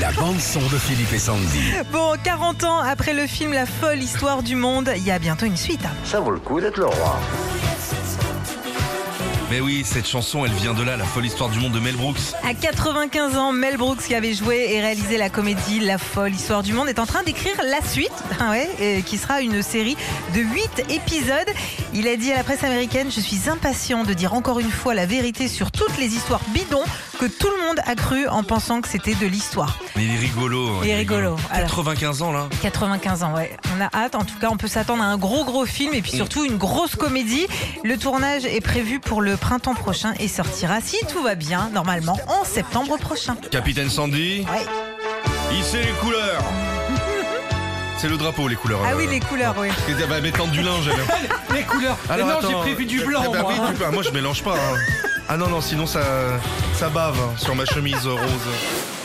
La bande-son de Philippe et Sandy. Bon, 40 ans après le film La folle histoire du monde, il y a bientôt une suite. hein. Ça vaut le coup d'être le roi. Mais oui, cette chanson, elle vient de là, la folle histoire du monde de Mel Brooks. À 95 ans, Mel Brooks, qui avait joué et réalisé la comédie La folle histoire du monde, est en train d'écrire la suite, ah ouais, euh, qui sera une série de 8 épisodes. Il a dit à la presse américaine Je suis impatient de dire encore une fois la vérité sur toutes les histoires bidons que tout le monde a cru en pensant que c'était de l'histoire. Mais il est rigolo. hein, Il est rigolo, alors. 95 ans là. 95 ans, ouais. On a hâte. En tout cas, on peut s'attendre à un gros, gros film et puis surtout une grosse comédie. Le tournage est prévu pour le printemps prochain et sortira, si tout va bien, normalement en septembre prochain. Capitaine Sandy, Ouais. hissez les couleurs. C'est le drapeau, les couleurs. ah Ah euh, oui, les couleurs, oui. Parce que ça va m'étendre bah, du linge. elle. Les couleurs. Alors, Mais non, attends. j'ai prévu du blanc. Eh ben moi. oui, tu peux. Ah, moi, je mélange pas. hein. Ah non, non, sinon ça, ça bave hein, sur ma chemise rose.